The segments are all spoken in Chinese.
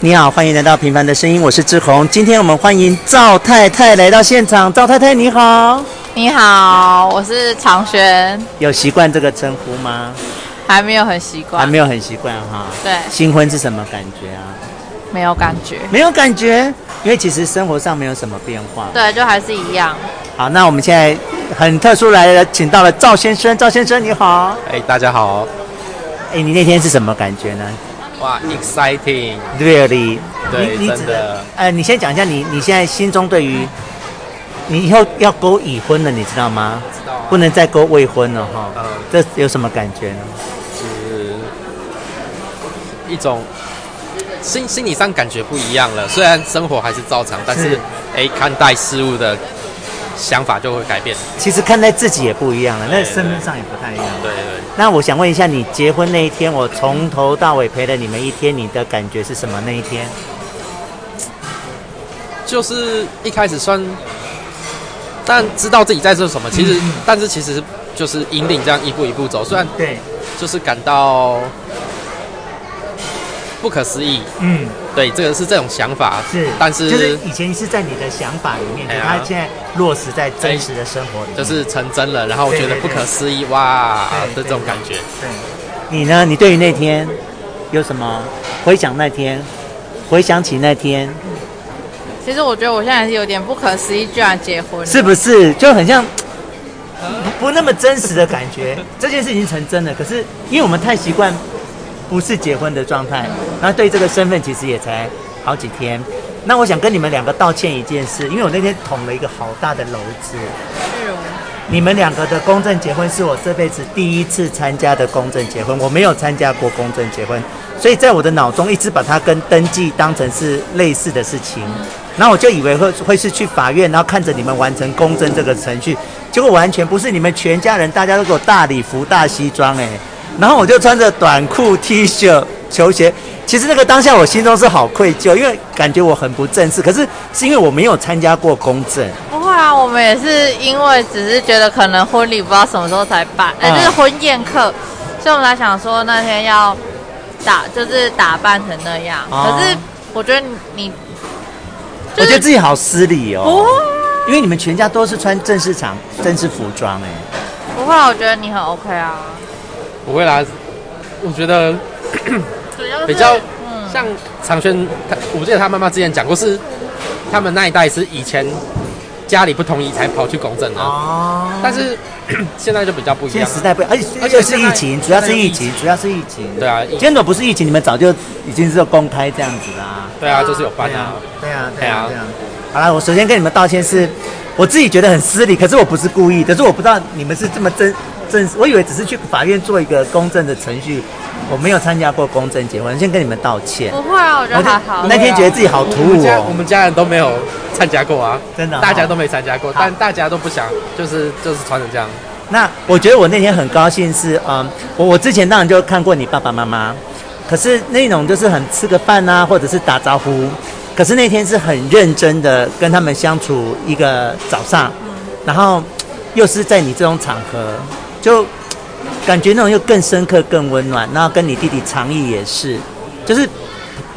你好，欢迎来到《平凡的声音》，我是志宏。今天我们欢迎赵太太来到现场。赵太太，你好，你好，我是常轩，有习惯这个称呼吗？还没有很习惯，还没有很习惯哈。对新婚是什么感觉啊？没有感觉，没有感觉，因为其实生活上没有什么变化。对，就还是一样。好，那我们现在很特殊来了，请到了赵先生。赵先生，你好。哎、大家好！哎，你那天是什么感觉呢哇，exciting！ ？Really？对你你真只的呃，你先讲一下你你现在心中对于你以后要勾已婚了，你知道吗？知道不能再勾未婚了哈。嗯这有什么感觉呢？是一种心心理上感觉不一样了。虽然生活还是照常，但是是哎、看待事物的想法就会改变。其实看待自己也不一样了，那对身份上也不太一样。对对，那我想问一下，你结婚那一天，我从头到尾陪了你们一天，你的感觉是什么？那一天就是一开始算，但知道自己在做什么。其实，但是其实就是引领这样一步一步走，虽然对，就是感到不可思议。嗯，对，这个是这种想法，是，但是就是以前是在你的想法里面，可哎是呀他现在落实在真实的生活里面，就是成真了，然后我觉得不可思议哇对对的这种感觉。对。你呢？你对于那天有什么回想？那天回想起那天，其实我觉得我现在还是有点不可思议，居然结婚了，是不是就很像不那么真实的感觉？ 这件事已经成真了，可是因为我们太习惯不是结婚的状态，然后对这个身份其实也才好几天。那我想跟你们两个道歉一件事，因为我那天捅了一个好大的篓子。是哦你们两个的公证结婚是我这辈子第一次参加的公证结婚，我没有参加过公证结婚，所以在我的脑中一直把它跟登记当成是类似的事情，然后我就以为会会是去法院，然后看着你们完成公证这个程序，结果完全不是，你们全家人大家都给我大礼服、大西装、哎，然后我就穿着短裤、T 恤、球鞋。其实那个当下我心中是好愧疚，因为感觉我很不正式，可是是因为我没有参加过公证，不会啊，我们也是因为只是觉得可能婚礼不知道什么时候才办，哎、嗯就是婚宴客，所以我们才想说那天要打，就是打扮成那样。哦可是我觉得你，就是我觉得自己好失礼哦。不会啊，因为你们全家都是穿正式场、正式服装、哎，不会啊，我觉得你很 OK 啊，不会啦，我觉得主要是比较嗯，像长轩，他我记得他妈妈之前讲过是，他们那一代是以前家里不同意才跑去公证的，哦，但是 现在就比较不一现样在。时代不一样，而且而且又是疫现情，在主要是疫现情，主要是疫情。对啊疫今天如果不是疫情，你们早就已经是公开这样子啦、对啊，就是有办啊。，对啊，对对啊啊，对啊。好啦，我首先跟你们道歉是，我自己觉得很失礼，可是我不是故意，可是我不知道你们是这么真正，我以为只是去法院做一个公证的程序，我没有参加过公证结婚，先跟你们道歉。不会啊，我觉得还好。那天觉得自己好突我们兀家哦我们家人都没有参加过啊，真的哦大家都没参加过，好但大家都不想，就是就是穿成这样。那我觉得我那天很高兴是，嗯，我我之前当然就看过你爸爸妈妈，可是那种就是很吃个饭啊，或者是打招呼，可是那天是很认真的跟他们相处一个早上，然后又是在你这种场合，就感觉那种又更深刻、更温暖。然后跟你弟弟常毅也是，就是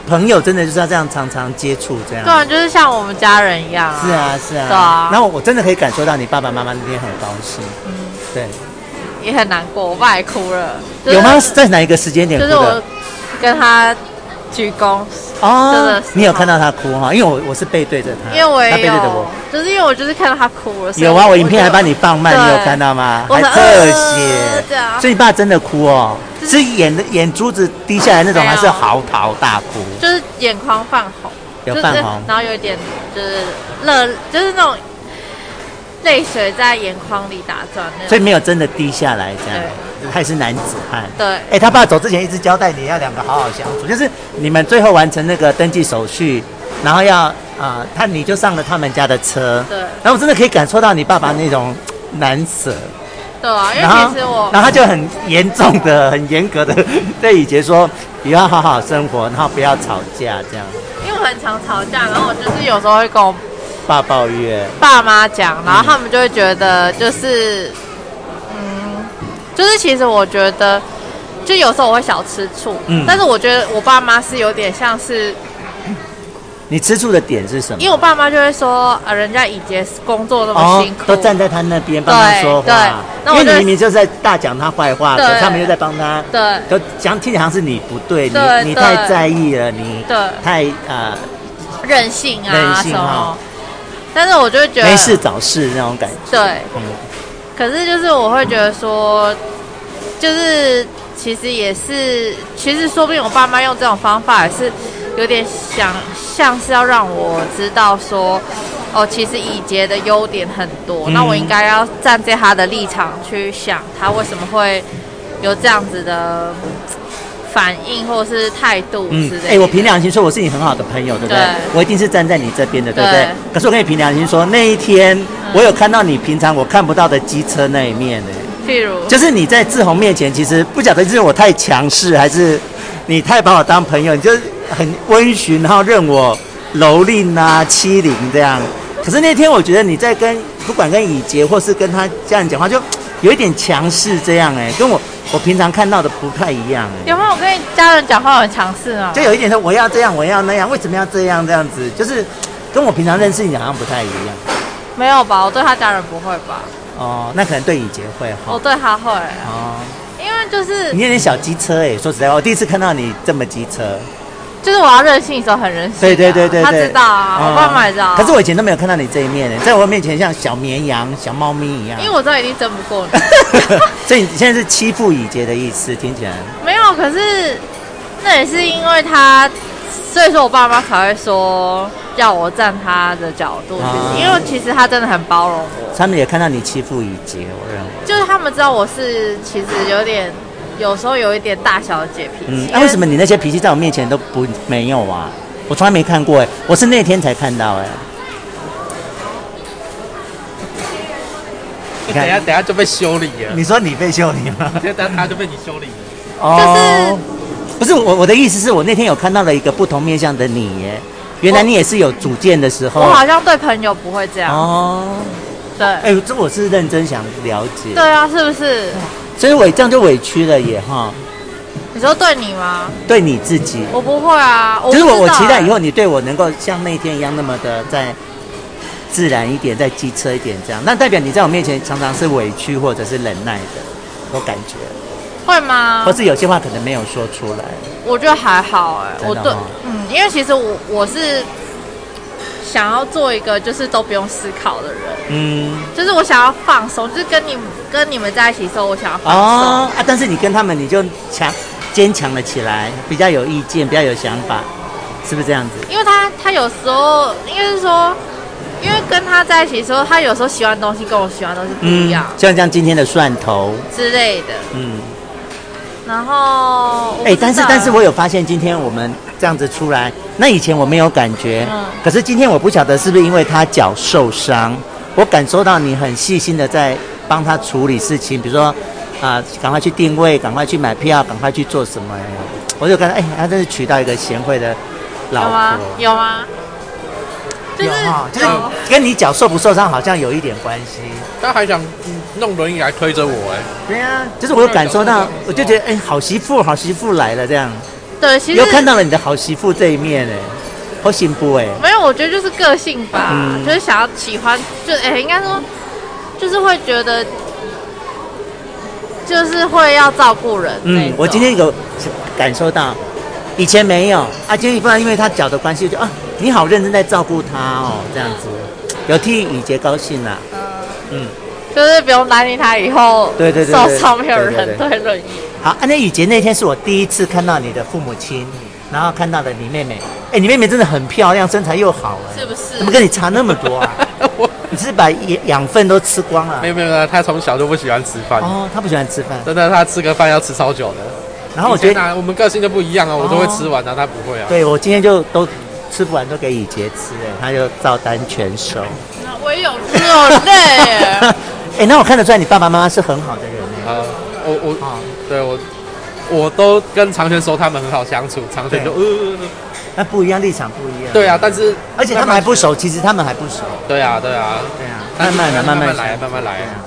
朋友真的就是要这样常常接触这样。对啊，就是像我们家人一样啊。是啊，是啊。对啊然后我真的可以感受到你爸爸妈妈那天很高兴。对。也很难过，我爸也哭了。就是有吗？？在哪一个时间点啊就哭是我的？啊跟他鞠躬，真的是你有看到他哭哈？因为我我是背对着他，因为我他也背对有，着我。就是因为我就是看到他哭了。所以有啊，我影片就还帮你放慢，你有对看到吗？我还很特呃写对，啊所以你爸真的哭哦，就是是眼的眼珠子滴下来那种，没有还是嚎啕大哭？就是眼眶泛红，有就是泛红然后有一点就是热，就是那种泪水在眼眶里打转那所以种。没有真的滴下来这样对。他也是男子汉。对哎、他爸走之前一直交代你要两个好好相处，就是你们最后完成那个登记手续，然后要啊、呃他你就上了他们家的车。对然后我真的可以感受到你爸爸那种难舍。对啊，因然后为其实我然后他就很严重的、很严格的对以杰说，你要好好生活，然后不要吵架，这样因为我很常吵架，然后我就是有时候会跟我爸抱怨。爸妈讲，然后他们就会觉得就是，嗯，就是其实我觉得，就有时候我会小吃醋，嗯但是我觉得我爸妈是有点像是你吃醋的点是什么？因为我爸妈就会说，呃，人家以杰工作那么哦辛苦，，都站在他那边帮他对说对话，那因我为你就明明就是在大讲他坏话，可是对他们又在帮他，对都讲听起来好像是你不对，你对你对太在意了，你对太呃任性任啊性什哈么，但是我就会觉得没事找事那种感觉。对，嗯可是就是我会觉得说，就是其实也是，其实说不定我爸妈用这种方法也是有点想像是要让我知道说，哦，其实以杰的优点很多，嗯那我应该要站在他的立场去想，他为什么会有这样子的反应或是态度嗯之类的。，哎、我凭良心说，我是你很好的朋友，对不对？对我一定是站在你这边的，对不对？对可是我可以凭良心说，那一天、我有看到你平常我看不到的机车那一面呢、譬如就是你在志宏面前，其实不晓得是我太强势，还是你太把我当朋友，你就是很温驯，然后任我蹂躏啊、欺凌这样。可是那天我觉得你在跟不管跟以杰或是跟他这样讲话，就有一点强势这样哎、跟我我平常看到的不太一样哎、有没有跟家人讲话很强势啊？就有一点说我要这样，我要那样，为什么要这样这样子，就是跟我平常认识你好像不太一样没有吧？我对他家人不会吧？哦。那可能对以杰会我哈对他会，哦，因为就是你有点小机车哎、说实在话，我第一次看到你这么机车。就是我要任性的时候很任性、啊，对对对对对，他知道啊，嗯我爸妈也知道啊、可是我以前都没有看到你这一面，欸在我面前像小绵羊、小猫咪一样。因为我知道一定争不过你， 所以你现在是欺负以杰的意思，听起来。没有，可是那也是因为他，所以说我爸妈才会说要我站他的角度去，啊因为其实他真的很包容我，他们也看到你欺负以杰，我认为。就是他们知道我是其实有点，有时候有一点大小姐脾嗯气，，那、为什么？你那些脾气在我面前都不没有啊？我从来没看过哎、我是那天才看到哎、你等一下等一下就被修理了，你说你被修理吗？你等一下他就被你修理了。哦，不是我我的意思是我那天有看到了一个不同面向的你耶，原来你也是有主见的时候。我好像对朋友不会这样，哦，对哎、这我是认真想了解。对啊，是不是？所以我这样就委屈了也哈，你说对你吗？对你自己，我不会啊，我就是我不我知道期待欸以后你对我能够像那一天一样那么的再自然一点，再机车一点这样，那代表你在我面前常常是委屈或者是忍耐的，我感觉，会吗？或是有些话可能没有说出来，我觉得还好哎、真我的对哦，嗯，因为其实我我是想要做一个就是都不用思考的人，嗯，就是我想要放松，就是跟你跟你们在一起的时候，我想要放松。哦啊，但是你跟他们你就强坚强了起来，比较有意见，比较有想法，是不是这样子？因为他他有时候应该是说，因为跟他在一起的时候，他有时候喜欢的东西跟我喜欢的东西不一样、像嗯像今天的蒜头，之类的。嗯。然后我不知道，哎、但是但是我有发现，今天我们这样子出来，那以前我没有感觉，嗯可是今天我不晓得是不是因为他脚受伤，我感受到你很细心的在帮他处理事情，比如说啊、赶快去定位，赶快去买票，赶快去做什么、哎我就感觉哎、他真是娶到一个贤惠的老有啊婆。吗？有吗？就是有哈就是有跟你脚受不受伤好像有一点关系。他还想嗯弄轮椅来推着我哎、对啊，就是我有感受到对脚，受伤我就觉得哎、好媳妇，好媳妇来了这样。对，其实又看到了你的好媳妇这一面哎、好幸福哎、没有，我觉得就是个性吧，嗯就是想要喜欢，就哎、应该说，就是会觉得，就是会要照顾人那嗯一种。，我今天有感受到，以前没有啊，今天不然因为他脚的关系，我就啊，你好认真在照顾他哦，这样子，有替雨杰高兴啊啦、就是不用担心他以后对对对受对伤没有对对人对对轮椅。好，啊，那雨杰那天是我第一次看到你的父母亲，然后看到了你妹妹，哎、你妹妹真的很漂亮，身材又好哎、是不是怎么跟你差那么 多啊？我你是不是把养养分都吃光了没？有没有没有，他从小就不喜欢吃饭，哦，她不喜欢吃饭，真的他吃个饭要吃超久的。然后我觉以前得，哦啊我们个性就不一样啊，我都会吃完啊，他不会啊。对我今天就都吃不完都给雨杰吃、哎，他就照单全收。我也有 这种累耶，哎、那我看得出来你爸爸妈妈是很好的人哎、呃，我我啊、对我我都跟长轩说他们很好相处，长轩就呃呃，呃那不一样，立场不一样。对，啊，但是而且他们还不，熟，其实他们还不熟。对啊对啊，对啊，但慢是慢来，慢慢慢来来，。慢慢对来啊。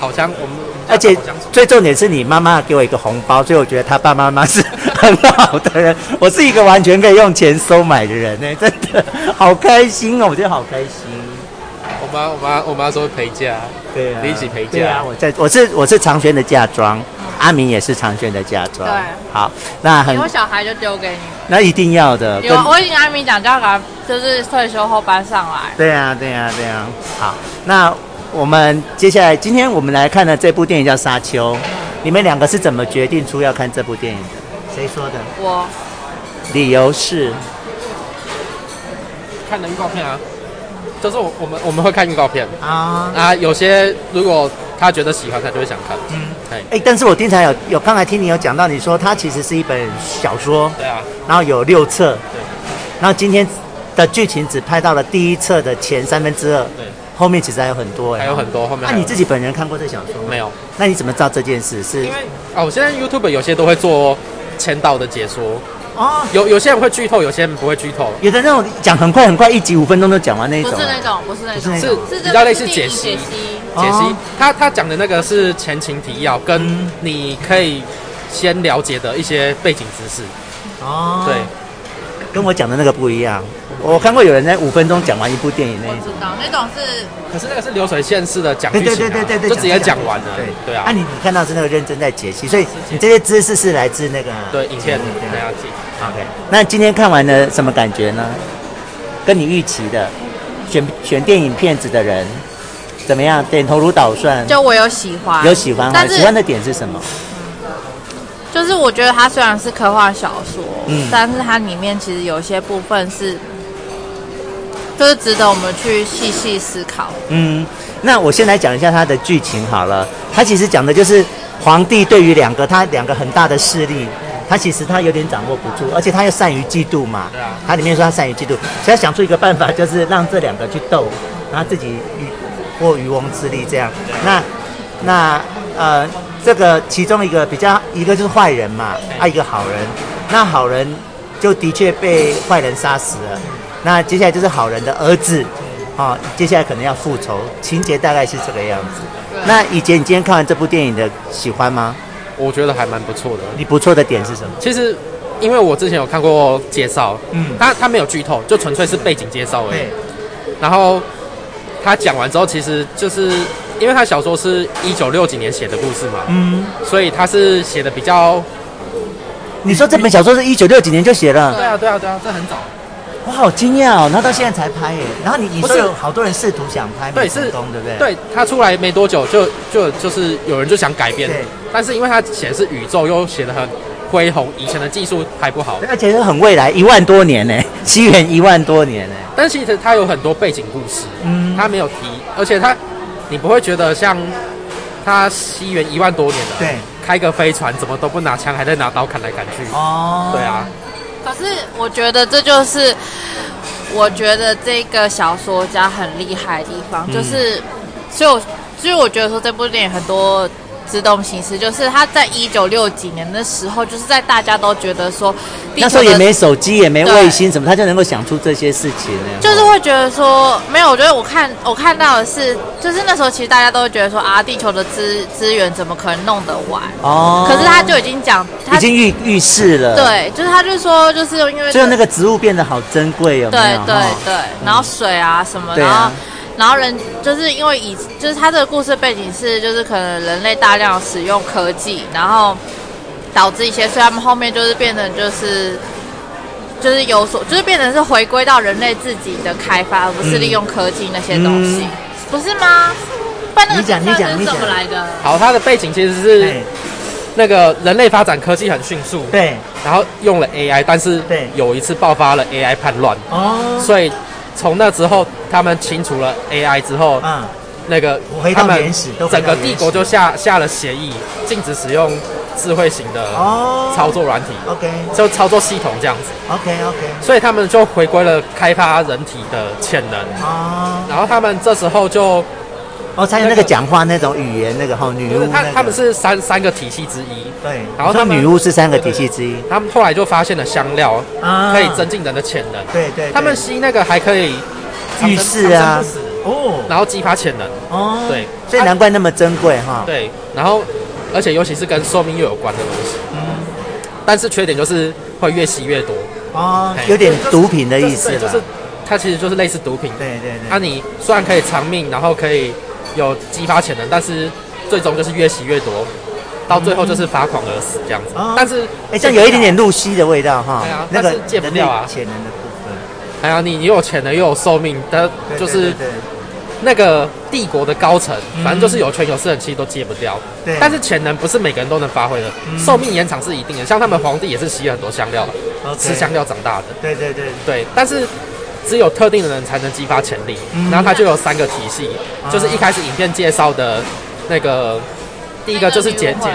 好像我们而且好像什么最重点是你妈妈给我一个红包，所以我觉得他爸爸妈妈是很好的人。我是一个完全可以用钱收买的人呢、真的好开心哦！我觉得好开心。我妈我妈我妈说陪嫁，对啊，你一起陪嫁对啊，我在我是我是长轩的嫁妆，阿明也是长轩的嫁妆。对好，那以很后小孩就丢给你。那一定要的。有跟啊，我已经跟阿明讲，叫他就是退休后搬上来。对啊，对啊，对啊。好，那我们接下来今天我们来看的这部电影叫《沙丘》，你们两个是怎么决定出要看这部电影的？谁说的？我理由是看了预告片啊，就是我我们我们会看预告片啊，啊，有些如果他觉得喜欢，他就会想看。嗯，哎，哎，但是我经常有有刚才听你有讲到，你说它其实是一本小说，对啊，然后有六册，对，然后今天的剧情只拍到了第一册的前三分之二，对，后面其实还有很多哎，还有很多后面那、还有你自己本人看过这小说吗？没有，那你怎么知道这件事是因？为哦，现在 YouTube 有些都会做签到的解说，哦，有有些人会剧透，有些人不会剧透，有的那种讲很快很快，一集五分钟就讲完那一不种是哎。那种，不是那不是那种，种啊是是比较类似这部解电影析解。析。哦解析，他他讲的那个是前情提要，跟嗯你可以先了解的一些背景知识。哦，对，，跟我讲的那个不一样。我看过有人在五分钟讲完一部电影那我一种。知道那种是可是那个是流水线式的讲对剧对情对啊对对对，就直接讲完了。对对那啊你，你看到是那个认真在解析，所以你这些知识是来自那个对影片对那啊样子。 OK，那今天看完了什么感觉呢？跟你预期的选选电影片子的人怎么样？点头如捣蒜，就我有喜欢，有喜欢吗？但是喜欢的点是什么？就是我觉得它虽然是科幻小说，嗯但是它里面其实有些部分是，就是值得我们去细细思考。嗯，那我先来讲一下它的剧情好了。它其实讲的就是皇帝对于两个他两个很大的势力，他其实他有点掌握不住，而且他又善于嫉妒嘛。对啊它里面说他善于嫉妒，所以他想出一个办法，就是让这两个去斗，然后自己渔或渔翁之利这样。那那呃，这个其中一个比较一个就是坏人嘛，啊一个好人，那好人就的确被坏人杀死了。那接下来就是好人的儿子，啊、接下来可能要复仇，情节大概是这个样子。那以前你今天看完这部电影的喜欢吗？我觉得还蛮不错的。你不错的点是什么？其实，因为我之前有看过介绍，嗯他他没有剧透，就纯粹是背景介绍而已。，然后他讲完之后，其实就是因为他小说是一九六几年写的故事嘛，嗯，所以他是写的比较你说这本小说是一九六几年就写了，对啊对啊对啊，这很早。我好惊讶哦，然后到现在才拍耶。然后你你不说是有好多人试图想拍，对没成是功，对不对？，对他出来没多久就就就是有人就想改编对，但是因为他写的是宇宙，又写的很恢宏，以前的技术还不好，而且是很未来，一万多年呢， 西元一万多年呢。但其实他有很多背景故事，嗯他没有提，而且他你不会觉得像他西元一万多年了，对，开个飞船怎么都不拿枪，还在拿刀砍来砍去，哦，对啊，可是我觉得这就是，我觉得这个小说家很厉害的地方，嗯就是，所以我所以我觉得说这部电影很多自动形式，就是他在一九六几年的时候，就是在大家都觉得说，地球那时候的也没手机，也没对卫星什么，他就能够想出这些事情呢。就是会觉得说，没有，我觉得我看我看到的是，就是那时候其实大家都会觉得说啊，地球的资资源怎么可能弄得完？哦，可是他就已经讲，他已经预预示了，，对，就是他就说，就是因为所以那个植物变得好珍贵，有没对有？对哈嗯对，然后水啊什么，对然后啊然后人就是因为以就是他这个故事背景是就是可能人类大量使用科技，然后导致一些，所以他们后面就是变成就是。就是有所，就是变成是回归到人类自己的开发，而不是利用科技那些东西，嗯不是吗？不然那个你讲计你算讲是怎你么讲来的？好，他的背景其实哎是那个人类发展科技很迅速，对然后用了 AI，但是对有一次爆发了 AI 叛乱，哦，所以从那之后他们清除了 AI 之后，嗯，那个回到他们原始都回整到个原帝国始就下下了协议，禁止使用智慧型的哦操作软体， ，OK 就操作系统这样子， OK OK，所以他们就回归了开发人体的潜能。哦，然后他们这时候就，哦，才有那个讲话那种语言那个哈，女就巫是他那个他们是三三个体系之一，对，然后你说他们女巫是三个体系之一他们后来就发现了香料啊可以增进人的潜能，对对，对他们吸那个还可以长啊生浴室啊长生不死哦然后激发潜能。哦，对，啊所以难怪那么珍贵哈。对，然后而且尤其是跟寿命又有关的东西，嗯但是缺点就是会越吸越多哦嘿，有点毒品的意思对了。就是它其实就是类似毒品。对对对。啊，你虽然可以长命，然后可以有激发潜能，但是最终就是越吸越多，到最后就是发狂而死这样子。哦但是哎，这样有一点点露西的味道哈对啊，那个但是戒不掉啊人类潜能的部分。哎呀，你你有钱了又有寿命，但对就是对对那个帝国的高层，嗯反正就是有权有势的人，其实都戒不掉。对嗯但是潜能不是每个人都能发挥的，寿命延长是一定的。像他们皇帝也是吸了很多香料的， OK 吃香料长大的。对对对，对，但是只有特定的人才能激发潜力。嗯然后它就有三个体系，就是一开始影片介绍的那个，第一个就是姐姐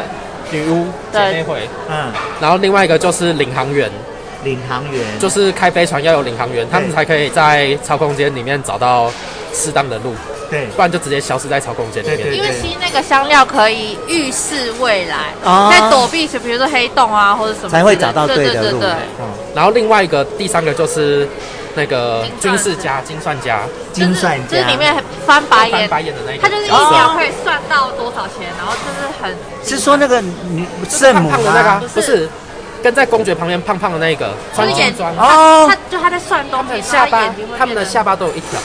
女巫姐对妹会，嗯，然后另外一个就是领航员，领航员就是是开飞船要有领航员，他们对才可以在操控间里面找到适当的路，对不然就直接消失在操控间里面。对对因为吸那个香料可以预示未来，哦在躲避，比如说黑洞啊或者什么之类的，才会找到对的路。对对嗯然后另外一个第三个就是那个精算军事家、精算家，精算就是，就是里家面翻白翻眼，白眼的那一个，他就是一哦秒可以算到多少钱，然后就是很是说那个女就是圣胖母胖的那个啊吗？，不是跟在公爵旁边胖胖的那一个穿就是西眼装。哦他就他在算东西，下然后巴眼睛会变得，他们的下巴都有一条，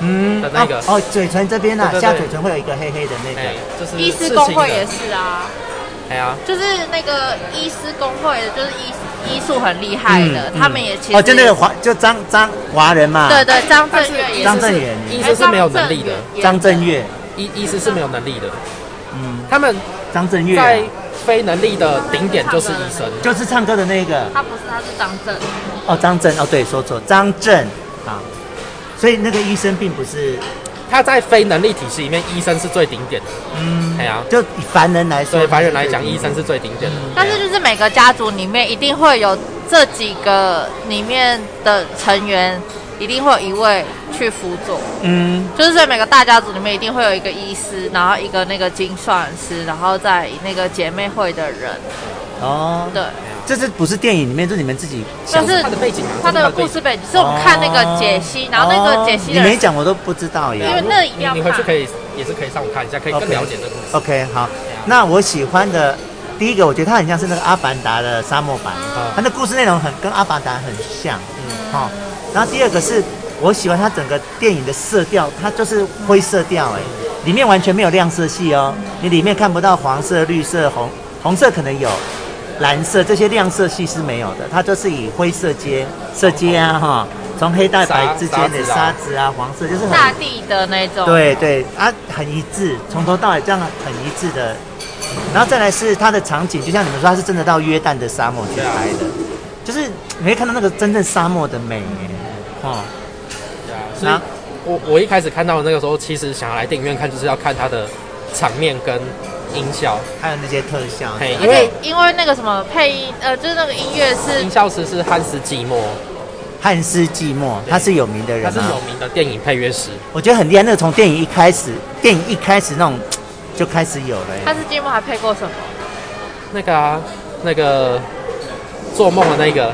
嗯的那个哦，哦嘴唇这边呐，对对对下嘴唇会有一个黑黑的那哎个，，就是医师刺工青会的也是啊，哎呀，嗯就是那个医师工会的，就是医医术很厉害嗯的，嗯他们也其实哦，就那个华，就张张华人嘛，对对张震啊但岳是也张是，哎震岳医师是没有能力的，张震岳，医医师是没有能力的，嗯，他们张震岳啊在非能力的顶点就是医生，就是唱歌的那个，他不是他是张震，哦，张震，哦，对，说错，张震，啊，所以那个医生并不是，他在非能力体系里面，医生是最顶点的，嗯哎，呀，就以凡人来说，对白人来讲，医生是最顶点的，但是就是每个家族里面一定会有这几个里面的成员，一定会有一位去辅佐，嗯，就是在每个大家族里面一定会有一个医师，然后一个那个精算师，然后再那个姐妹会的人，哦，对。这是不是电影里面，这是你们自己但想是他的背景啊，他这是的背景故事背景是我们看那个解析，然后那个解析哦你的没人，讲我都不知道耶因。为那一定你要你回去看可。以也是可以上网看一下，可以更 OK 了解这个故事。 OK，好，那我喜欢的第一个，我觉得它很像是那个《阿凡达》的沙漠版，嗯它的故事内容很跟《阿凡达》很像，嗯，好、然后第二个是我喜欢它整个电影的色调，它就是灰色调，哎，里面完全没有亮色系哦，你里面看不到黄色、绿色、红红色可能有。蓝色这些亮色系是没有的，它就是以灰色阶、色阶啊，哈，从黑到白之间的沙沙子啊、黄色，就是很大地的那种，，对对啊，很一致，从头到尾这样很一致的。然后再来是它的场景，就像你们说，它是真的到约旦的沙漠去对啊拍的，就是你会看到那个真正沙漠的美耶。哦，对啊，所以那我我一开始看到的那个时候，其实想要来电影院看，就是要看它的场面跟音效，还有那些特效，嘿，而因且为因为那个什么配音，呃，就是那个音乐是音效师是汉斯季默，汉斯季默他是有名的人他是啊有，名的电影配乐师，我觉得很厉害。那个从电影一开始，电影一开始那种就开始有了耶。他是金木还配过什么？那个啊，那个做梦的那个，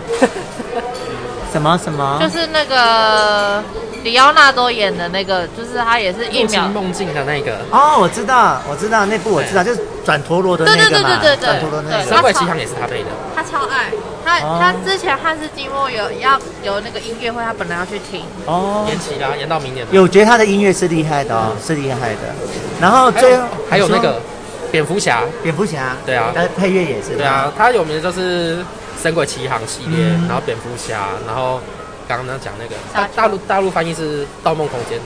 什么什么？就是那个里奥纳多演的那个，就是他也是一入侵秒，梦境的那个，哦，我知道，我知道那部我知道，就是转陀螺的那个嘛，对对对对对对转陀螺那对个神。鬼奇航也是他配的，他超爱他。哦他之前汉斯季默有要有那个音乐会，他本来要去听，哦，延期啦，延到明年。有，我觉得他的音乐是厉害的哦，是厉害的。然后还最有后嗯还有那啊你个说蝙蝠侠，蝙蝠侠，对啊但配乐也是对啊，他有名的就是《神鬼奇航》系列，嗯然后蝙蝠侠，然后刚刚讲那个沙丘大大陆大陆翻译是《盗梦空间》，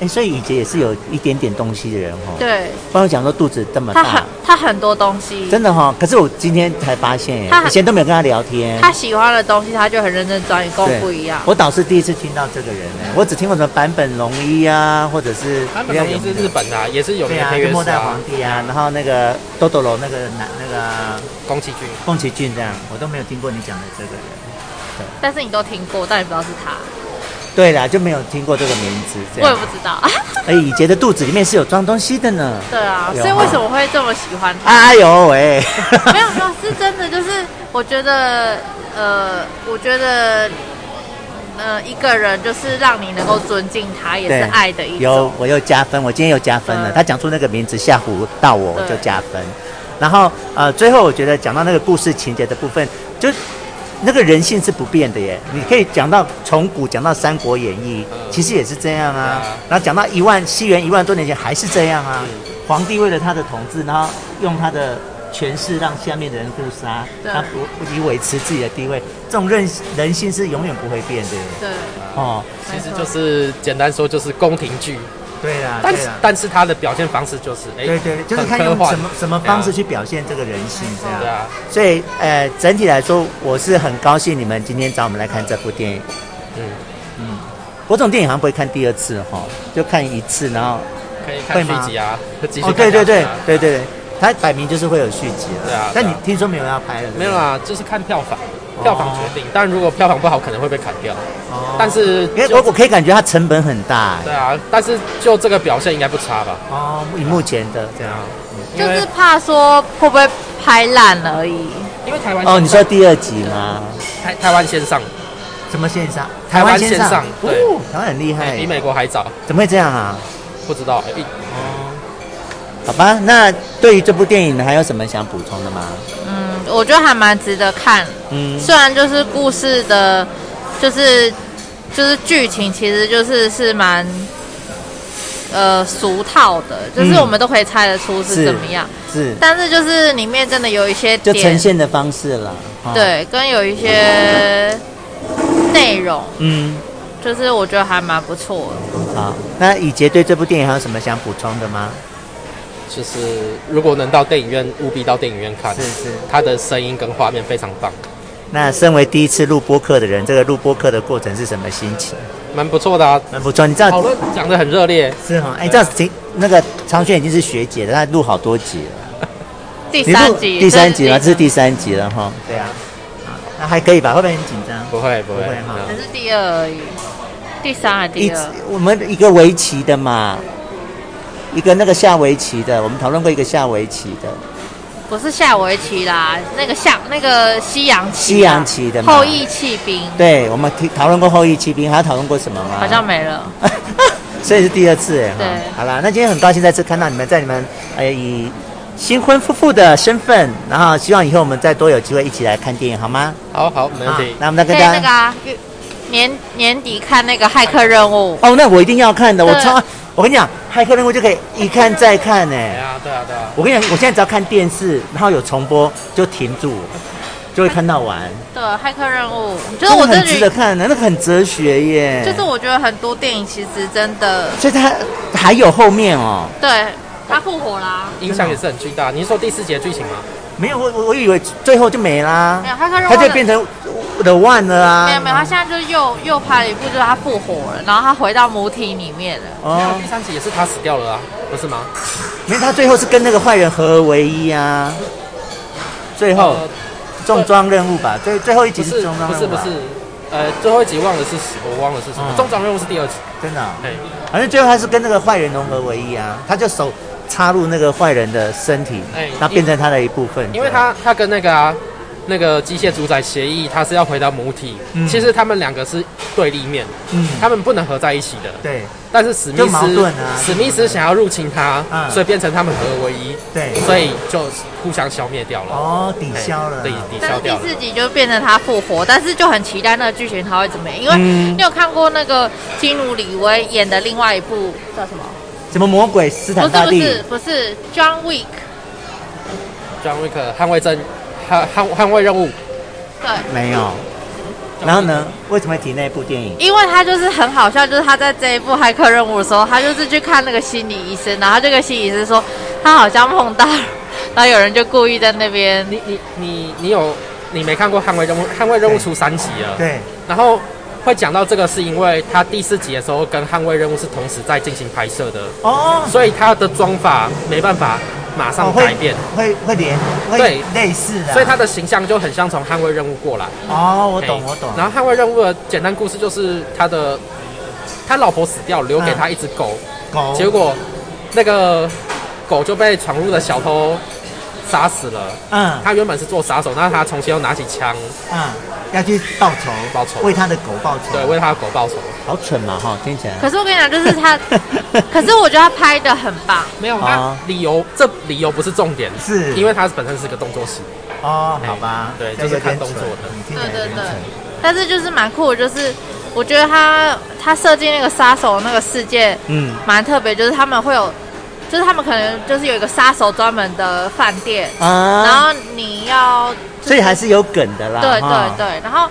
他，哎，所以以杰也是有一点点东西的人哦。，对不然我讲说肚子这么他很大，他很多东西，真的哈。可是我今天才发现他，很以前都没有跟他聊天。他喜欢的东西他就很认真钻研，跟我对不一样。我倒是第一次听到这个人哎，我只听过什么坂本龙一啊，或者是他本来也是日本的啊，也是有对名的啊，配就乐末师代啊皇，帝啊，然后那个豆豆楼那个男那个宫崎骏。宫崎骏这样，我都没有听过你讲的这个人。但是你都听过，但你不知道是他，对啦，就没有听过这个名字这我也样不。知道。 哎，以杰的肚子里面是有装东西的呢。对啊，有所以为什么会这么喜欢他？哎呦喂！ 没有没有，是真的，就是我觉得，呃，我觉得呃一个人，就是让你能够尊敬他，也对是爱的一有种。我又加分，我今天又加分了。嗯他讲出那个名字吓唬到我，我对就加分。然后呃，最后我觉得讲到那个故事情节的部分，就那个人性是不变的耶。你可以讲到从古讲到《三国演义》嗯其实也是这样啊嗯对啊。然后讲到一万西元一万多年前还是这样啊。皇帝为了他的统治，然后用他的权势让下面的人互杀，对他不以维持自己的地位，这种人人性是永远不会变的耶。对，哦，其实就是简单说就是宫廷剧，对啦，但啊对是啦。但是它的表现方式就是哎，对对，对就是很看科用幻什么什么方式去表现这个人性这对样。啊，所以呃，整体来说，我是很高兴你们今天找我们来看这部电影。嗯，我这种电影好像不会看第二次哈、哦，就看一次，然后可以会看吗续集啊，继续哦，看对对下去对啊对对对，它摆明就是会有续集了。对啊对啊但你听说没有要拍了？对不对没有。啊啦，就是看票房，票房决定。但如果票房不好，可能会被砍掉。哦但是因为就我我可以感觉它成本很大哎对啊，但是就这个表现应该不差吧？哦，以目前的这对样啊。，就因为是怕说会不会拍烂而已。因为台湾哦，你说第二集吗？台台湾线上什么线上？台湾线线上对哎哦，台湾很厉害比，美国还早，怎么会这样啊？不知道。哎好吧，那对于这部电影还有什么想补充的吗？嗯，我觉得还蛮值得看，嗯，虽然就是故事的，就是就是剧情，其实就是是蛮呃俗套的，就是嗯我们都可以猜得出是是怎么样。是，但是就是里面真的有一些就点，呈现啊的方式了。哈，对，跟有一些内容，嗯，就是我觉得还蛮不错的。好。那以杰对这部电影还有什么想补充的吗？就是如果能到电影院，务必到电影院看。是是它的声音跟画面非常棒，那身为第一次录播客的人，这个录播客的过程是什么心情？蛮不错的啊。蛮不错，你知讨道论讲得很热烈，是哈？哎，这样子那个长轩已经是学姐了，她录好多集了。第你录三集，第三集了，这这是第三集了哈。对啊，好那还可以吧？会不会很紧张？不会不会嗯不会哈还是第二而已，第三还是一第二？我们一个围棋的嘛，一个那个下围棋的，我们讨论过一个下围棋的。不是下围棋啦，那个象那个西洋棋啊，西洋棋的嘛后羿弃兵，对，我们提讨论过后羿骑兵，还有讨论过什么吗？好像没了。 所以是第二次哎。哈对好啦，那今天很高兴再次看到你们，在你们呃以新婚夫妇的身份，然后希望以后我们再多有机会一起来看电影，好吗？好好没问题好。那我们再跟可以大那家个。啊，月年年底看那个骇客任务，哦，那我一定要看的，我对超，我跟你讲，骇客任务就可以一看再看对哎。啊对啊对啊，我跟你讲，我现在只要看电视，然后有重播就停住，就会看到完。对，骇客任务，就是我那真很值得的，看欸的，那个很哲学耶。就是，我觉得很多电影其实真的，所以它还有后面哦。对，它复活啦。影响也是很巨大。你是说第四节剧情吗？没有，我我我以为最后就没啦没，有骇客任务它的，就变成 The One 了啊。没有没有，他现在就是又又拍了一部，就是他复活了，然后他回到母体里面了。没哦有，第，三集也是他死掉了啊，不是吗？没有，他最后是跟那个坏人合而为一啊。最后呃重装任务吧，最最后一集不是是重装不任是务啊不吧，是，呃，最后一集忘了是什我忘了是什么嗯。重装任务是第二集，哎真的哦。对，反正最后他是跟那个坏人融合为一啊，他就手插入那个坏人的身体哎，那变成他的一部分。因为他他跟那个啊那个机械主宰协议，他是要回到母体嗯，其实他们两个是对立面，嗯，他们不能合在一起的。对但是史密就矛斯盾啊史密斯想要入侵嗯他，所以变成他们合而为一，对，所以就互相消灭掉了，哦，抵消了啊，对，抵但消是第掉了。四集就变成他复活，但是就很期待那个剧情他会怎么样，因为嗯你有看过那个基努里维演的另外一部叫什么？什么魔鬼斯不坦大是不帝？是不是 John Wick， John Wick 捍卫真捍捍捍卫任务，对，没有。然后呢？为什么会提那部电影？因为他就是很好笑，就是他在这一部骇客任务的时候，他就是去看那个心理医生，然后这个心理医生说他好像梦到了，然后有人就故意在那 边，你你你你有你没看过捍卫任务？捍卫任务出三集了，对，然后会讲到这个，是因为他第四集的时候跟《捍卫任务》是同时在进行拍摄的，哦，所以他的妆法没办法马哦上会改变，会会连会对类似的啊，所以他的形象就很像从《捍卫任务》过来。哦，我我懂我懂。然后《捍卫任务》的简单故事就是他的他老婆死掉，留嗯给他一只狗，狗结果那个狗就被闯入的小偷杀死了，嗯他原本是做杀手，但是他重新又拿起枪，嗯，要去报仇，报仇为他的狗报仇，对，为他的狗报仇。好蠢嘛哈，听起来。可是我跟你讲，就是 他，可是我觉得他拍的很棒，没有，啊那理由这理由不是重点，是因为它本身是个动作戏，哦，好吧，对这就是有点看动蠢作的嗯听起来对有点对对蠢但是就是蛮酷的，就是我觉得他他设计那个杀手那个世界嗯，蛮特别，就是他们会有，就是他们可能就是有一个杀手专门的饭店，啊，然后你要就是所以还是有梗的啦，对哈对，对，然后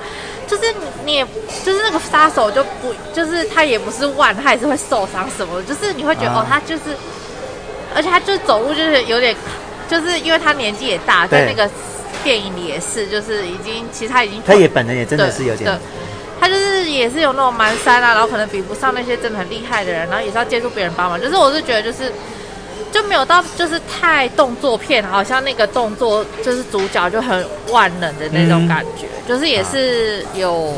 就是你你也就是那个杀手就不就是他也不是万，他也是会受伤什么的，就是你会觉得、啊哦，他就是，而且他就是走路就是有点，就是因为他年纪也大，对在那个电影里也是，就是已经其实他已经他也本人也真的对是有对点，他就是也是有那种蛮山啊，然后可能比不上那些真的很厉害的人，然后也是要借助别人帮忙。就是我是觉得就是就没有到就是太动作片，好像那个动作就是主角就很万能的那嗯种感觉，就是也是有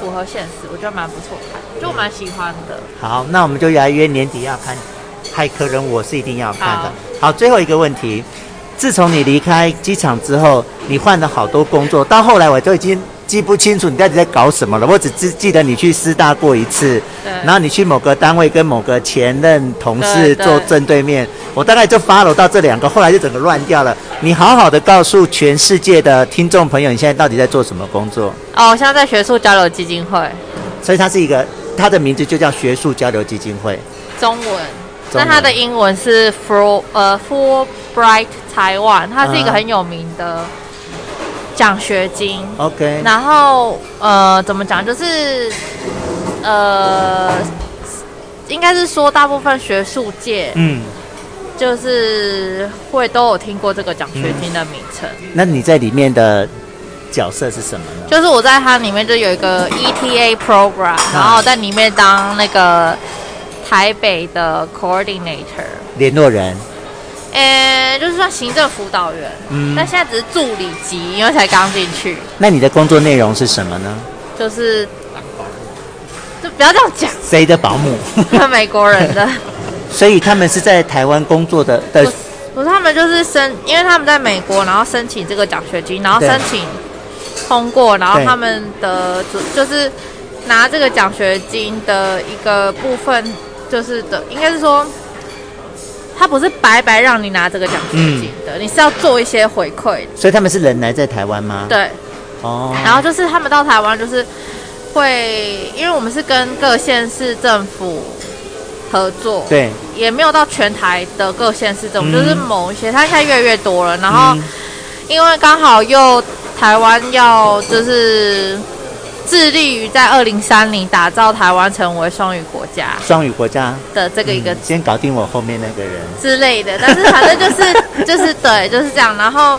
符合现实，我觉得蛮不错看，就我蛮喜欢的。好，那我们就来约年底要看《骇客任务》，我是一定要看的好。好，最后一个问题，自从你离开机场之后，你换了好多工作，到后来我都已经记不清楚你到底在搞什么了。我只记记得你去师大过一次，对然后你去某个单位跟某个前任同事对对坐正对面，我大概就 follow 到这两个，后来就整个乱掉了。你好好的告诉全世界的听众朋友，你现在到底在做什么工作？哦，我现在在学术交流基金会，所以它是一个，它的名字就叫学术交流基金会。中文。中那文它的英文是 For 呃 Fulbright Taiwan，它是一个嗯很有名的奖学金。 OK，然后呃，怎么讲？就是呃，应该是说大部分学术界嗯。就是会都有听过这个奖学金的名称。那你在里面的角色是什么呢？就是我在它里面就有一个 ETA program，然后在里面当那个台北的 coordinator，联络人，呃，就是算行政辅导员。嗯但现在只是助理级，因为才刚进去，那你的工作内容是什么呢？就是就不要这样讲，啊谁的保姆？ 美国人的。哎所以他们是在台湾工作的的不不是他们就是申，因为他们在美国，然后申请这个奖学金，然后对申请通过，然后对他们的主就是拿这个奖学金的一个部分，就是的，应该是说，他不是白白让你拿这个奖学金的，嗯你是要做一些回馈的，所以他们是人来在台湾吗？，对。哦，然后就是他们到台湾就是会，因为我们是跟各县市政府合作，对，也没有到全台的各县市政府，嗯就是某一些，它现在越来越多了。然后嗯因为刚好又台湾要就是致力于在二零三零打造台湾成为双语国家双语国家的这个一个嗯先搞定我后面那个人，之类的，但是反正就是 就是对就是这样，然后。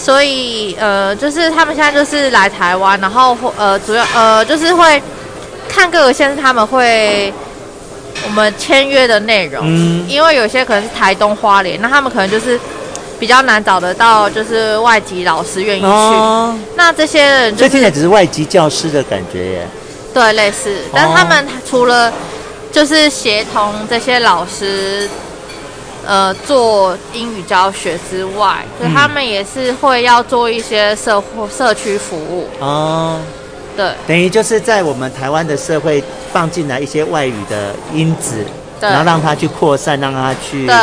所以，呃，就是他们现在就是来台湾，然后或呃，主要呃，就是会看各个县市他们会我们签约的内容，嗯，因为有些可能是台东花莲，那他们可能就是比较难找得到，就是外籍老师愿意去。哦，那这些人所就以听起来只是外籍教师的感觉耶，对类似，但是他们除哦了就是协同这些老师，呃，做英语教学之外，就嗯他们也是会要做一些社会社区服务。哦，对等于就是在我们台湾的社会放进来一些外语的因子，对然后让它去扩散，让它去对，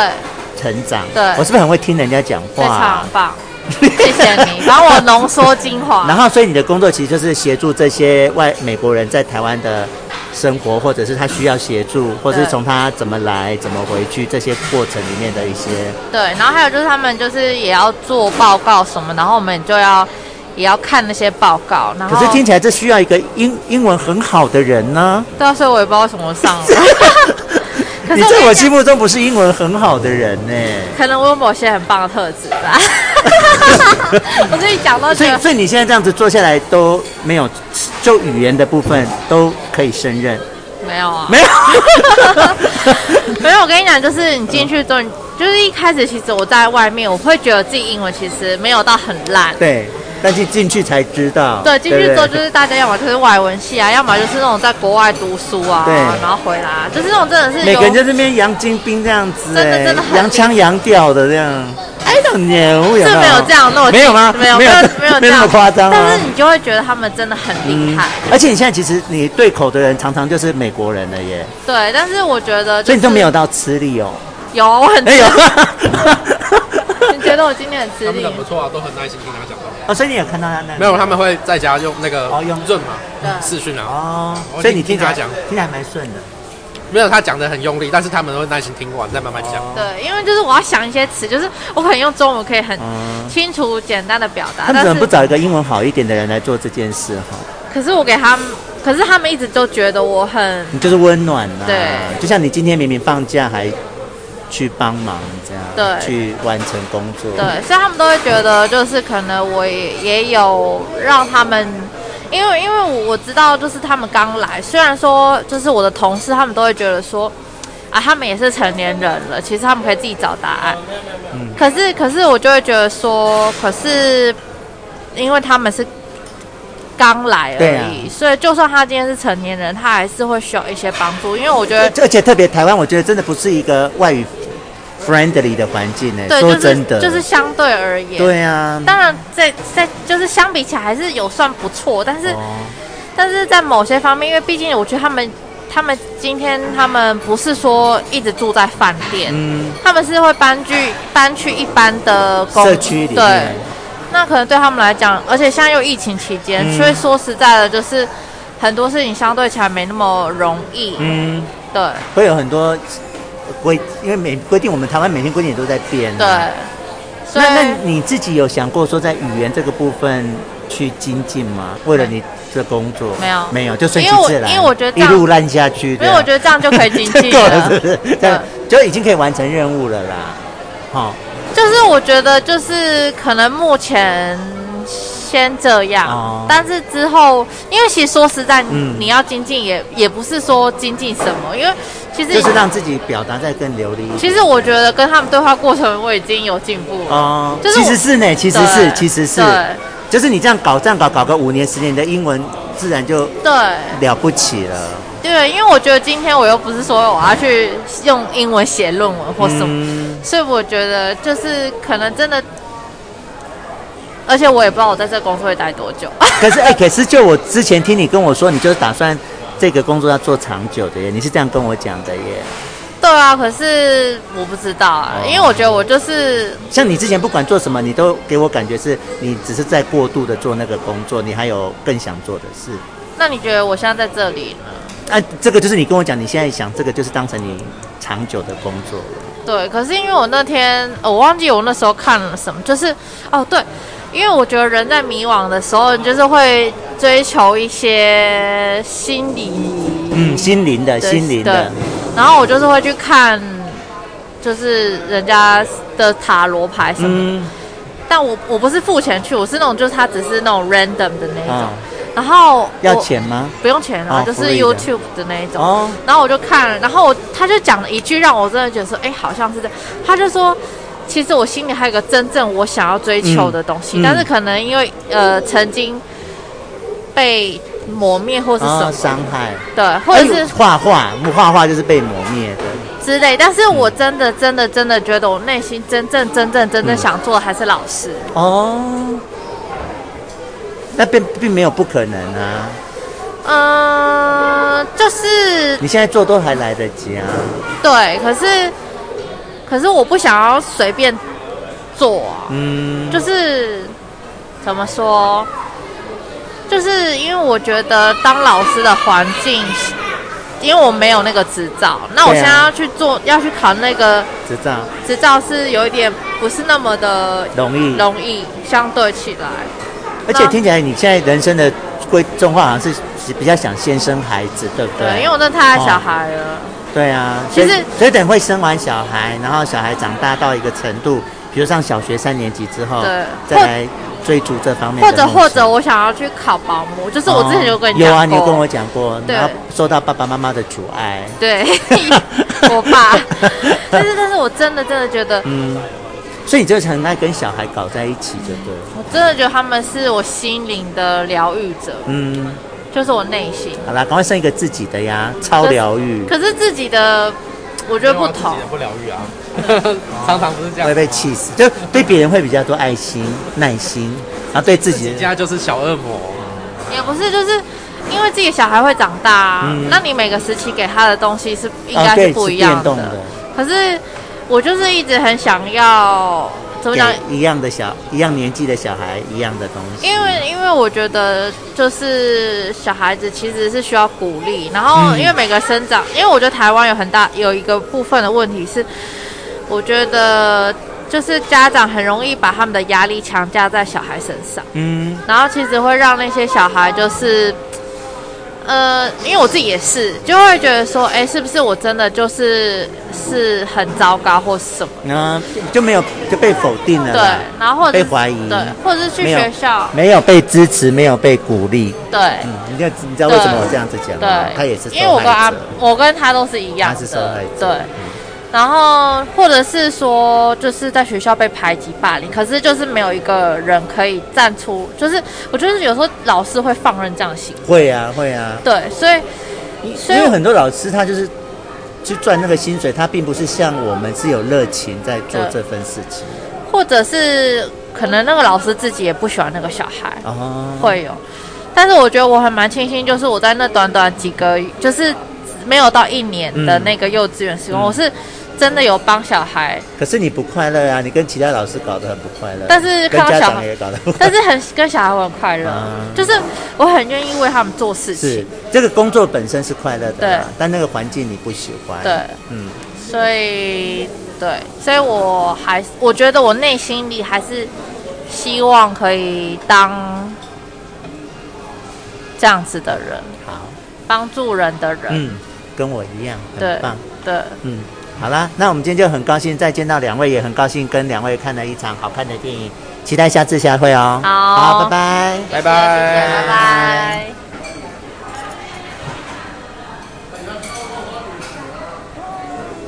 成长。对我是不是很会听人家讲非话啊、常棒，谢谢你 帮我啊浓缩精华。然后，所以你的工作其实就是协助这些外美国人在台湾的生活，或者是他需要协助，或者是从他怎么来、怎么回去这些过程里面的一些。对，然后还有就是他们就是也要做报告什么，然后我们就要也要看那些报告，然后可是听起来这需要一个英英文很好的人呢、到时候我也不知道为什 么上了， 可你是我在我跟你心讲，目中不是英文很好的人呢、可能我有某些很棒的特 质吧。我自己讲到所觉以，得所以你现在这样子做下来都没有，就语言的部分都可以胜 任，没有啊，没有？ 没有。我跟你讲，就是你进去之后，你就是一开始其实我在外面，我会觉得自己英文其实没有到很烂，对，但是进去才知道。对，进去不之后就是大家要么就是外文系啊，要么就是那种在国外读书啊，对然后回来啊，就是那种真的是每有个人在这边洋精兵这样子、真的哎真的很哎洋腔洋调的这样。I don't know，有啊是没有这样弄，没有吗？没有，没有，没 没有那这么样夸张吗？嗯但是你就会觉得他们真的很厉害，而且你现在其实你对口的人常常就是美国人了耶，对。但是我觉得、就是，所以你都没有到吃力 哦。有，我很哎呦， 你觉得我今天很吃他们力很？不错啊，都很耐心听他讲话。 哦，所以你有看到他那没有，他们会在家用那个哦用润嘛对视讯啊，哦，我所以你听听起来听他讲听起来蛮顺的。没有他讲的很用力，但是他们都会耐心听完再慢慢讲。哦对，因为就是我要想一些词，就是我可能用中文可以很嗯，清楚、简单的表达，他们啊但怎么不是找一个英文好一点的人来做这件事哈？可是我给他们，可是他们一直都觉得我很你就是温暖呐、对就像你今天明明放假还去帮忙这样，对去完成工作，对，所以他们都会觉得就是可能我也也有让他们。因为因为我我知道，就是他们刚来，虽然说就是我的同事，他们都会觉得说，啊，他们也是成年人了，其实他们可以自己找答案。嗯可是可是我就会觉得说，可是因为他们是刚来而对啊已，所以就算他今天是成年人，他还是会需要一些帮助，因为我觉得。而且特别台湾，我觉得真的不是一个外语 friendly 的环境呢、对，说就是真的，就是相对而言，对啊，当然在，在就是相比起来还是有算不错，但是、哦但是在某些方面，因为毕竟我觉得他们他们今天他们不是说一直住在饭店，嗯，他们是会搬去搬去一般的公社区里对面，，那可能对他们来讲，而且现在又疫情期间，嗯所以说实在的，就是很多事情相对起来没那么容易，嗯，对会有很多规，因为每规定我们台湾每天规定也都在变、啊对。。所以那那你自己有想过说在语言这个部分去精进吗？为了你这工作，没有没有，就顺其因为我自然，因为我觉得这一样路烂下去，因为我觉得这样就可以精 进够了嗯了，啊是不是？这样就已经可以完成任务了啦。好、就是我觉得就是可能目前先这样，哦但是之后，因为其实说实在，嗯你要精进也也不是说精进什么，因为其实、就是让自己表达再更流利一点。其实我觉得跟他们对话过程我已经有进步了，哦，就是其我实是呢，其实对是，其实是，对就是你这样搞，这样搞，搞个五年十年，你的英文自然就对了不起了。对，因为我觉得今天我又不是说我要去用英文写论文或什么，嗯所以我觉得就是可能真的，而且我也不知道我在这工作会待多久。可是哎、可是就我之前听你跟我说，你就是打算这个工作要做长久的耶，你是这样跟我讲的耶。对啊，可是我不知道啊，哦因为我觉得我就是像你之前不管做什么，你都给我感觉是你只是在过度的做那个工作，你还有更想做的事。那你觉得我现在在这里呢？啊，这个就是你跟我讲，你现在想这个就是当成你长久的工作了。对，可是因为我那天、呃我忘记我那时候看了什么，就是哦对，因为我觉得人在迷惘的时候，你就是会追求一些心理，嗯，心灵的，对心灵的，然后我就是会去看，就是人家的塔罗牌什么的，嗯但我我不是付钱去，我是那种就是他只是那种 random 的那一种，啊，然后要嗯我钱吗？不用钱哦啊，就是 free 的 YouTube 的那一种。哦，然后我就看了，然后我他就讲了一句让我真的觉得说，哎，好像是这样。他就说，其实我心里还有个真正我想要追求的东西，嗯嗯但是可能因为呃曾经被磨灭或是什么，啊，伤害，对，或者哎是呦画画，画画就是被磨灭的。之哎类。但是我真的真的真的觉得我内心真正真正真正嗯想做的还是老师。哦，那并并没有不可能啊，嗯、就是你现在做都还来得及啊。对，可是可是我不想要随便做啊。嗯，就是怎么说，就是因为我觉得当老师的环境，因为我没有那个执照，那我对啊现在要去做，要去考那个执照执照是有一点不是那么的容易，容易，相对起来，而且听起来你现在人生的规重划好像是是比较想先生孩子，对不对？对，因为我真的太爱小孩了，对啊，其实所以所以等会生完小孩，然后小孩长大到一个程度，比如上小学三年级之后，对再来追逐这方面的或者梦想或者我想要去考保姆，就是我之前有跟你哦讲有过，啊，你有跟我讲过，对然后受到爸爸妈妈的阻碍， 对，我爸，但是但是我真的真的觉得。嗯，所以你就很爱跟小孩搞在一起，就对了。我真的觉得他们是我心灵的疗愈者，嗯，就是我内心。好啦，赶快生一个自己的呀，超疗愈，可是自己的，我觉得不同啊自己。也不疗愈啊， 常常不是这样。会被气死。就对别人会比较多爱心、耐心，然后对自己哦自己家就是小恶魔，啊也不是，就是因为自己的小孩会长大、啊，嗯那你每个时期给他的东西是应啊，该对是不一变样的。动的，可是我就是一直很想要怎么讲？给一样的小一样年纪的小孩一样的东西。因为因为我觉得就是小孩子其实是需要鼓励，然后嗯因为每个生长，因为我觉得台湾有很大有一个部分的问题是，我觉得就是家长很容易把他们的压力强加在小孩身上。嗯，然后其实会让那些小孩就是，呃，因为我自己也是，就会觉得说，哎，是不是我真的就是是很糟糕或什么？那啊就没有就被否定了对啦，，然后或者啊是被怀疑对，或者是去没有学校，没有被支持，没有被鼓励。对嗯，你知道你知道为什么我这样子讲对吗？，他也是受因为我跟害阿者，，我跟他都是一样他的，是受害者。对。然后，或者是说，就是在学校被排挤霸凌，可是就是没有一个人可以站出，就是我觉得有时候老师会放任这样行为，会啊会啊，对，所以所因以为很多老师他就是去赚那个薪水，他并不是像我们是有热情在做对这份事情。或者是可能那个老师自己也不喜欢那个小孩，哦，会有。但是我觉得我还蛮庆幸，就是我在那短短几个，就是没有到一年的那个幼稚园时光，嗯我是真的有帮小孩，可是你不快乐啊，你跟其他老师搞得很不快乐，但是跟看到家小长孩也搞得不快但乐。是很跟小孩我很快乐，嗯啊就是我很愿意为他们做事 是情，这个工作本身是快乐的啦对，但那个环境你不喜欢。对，嗯，所以对，所以我还是我觉得我内心里还是希望可以当这样子的人，好，帮助人的人，嗯，跟我一样，对很棒。对。嗯，好啦，那我们今天就很高兴再见到两位，也很高兴跟两位看了一场好看的电影，期待下次下会哦。好拜拜。拜拜拜。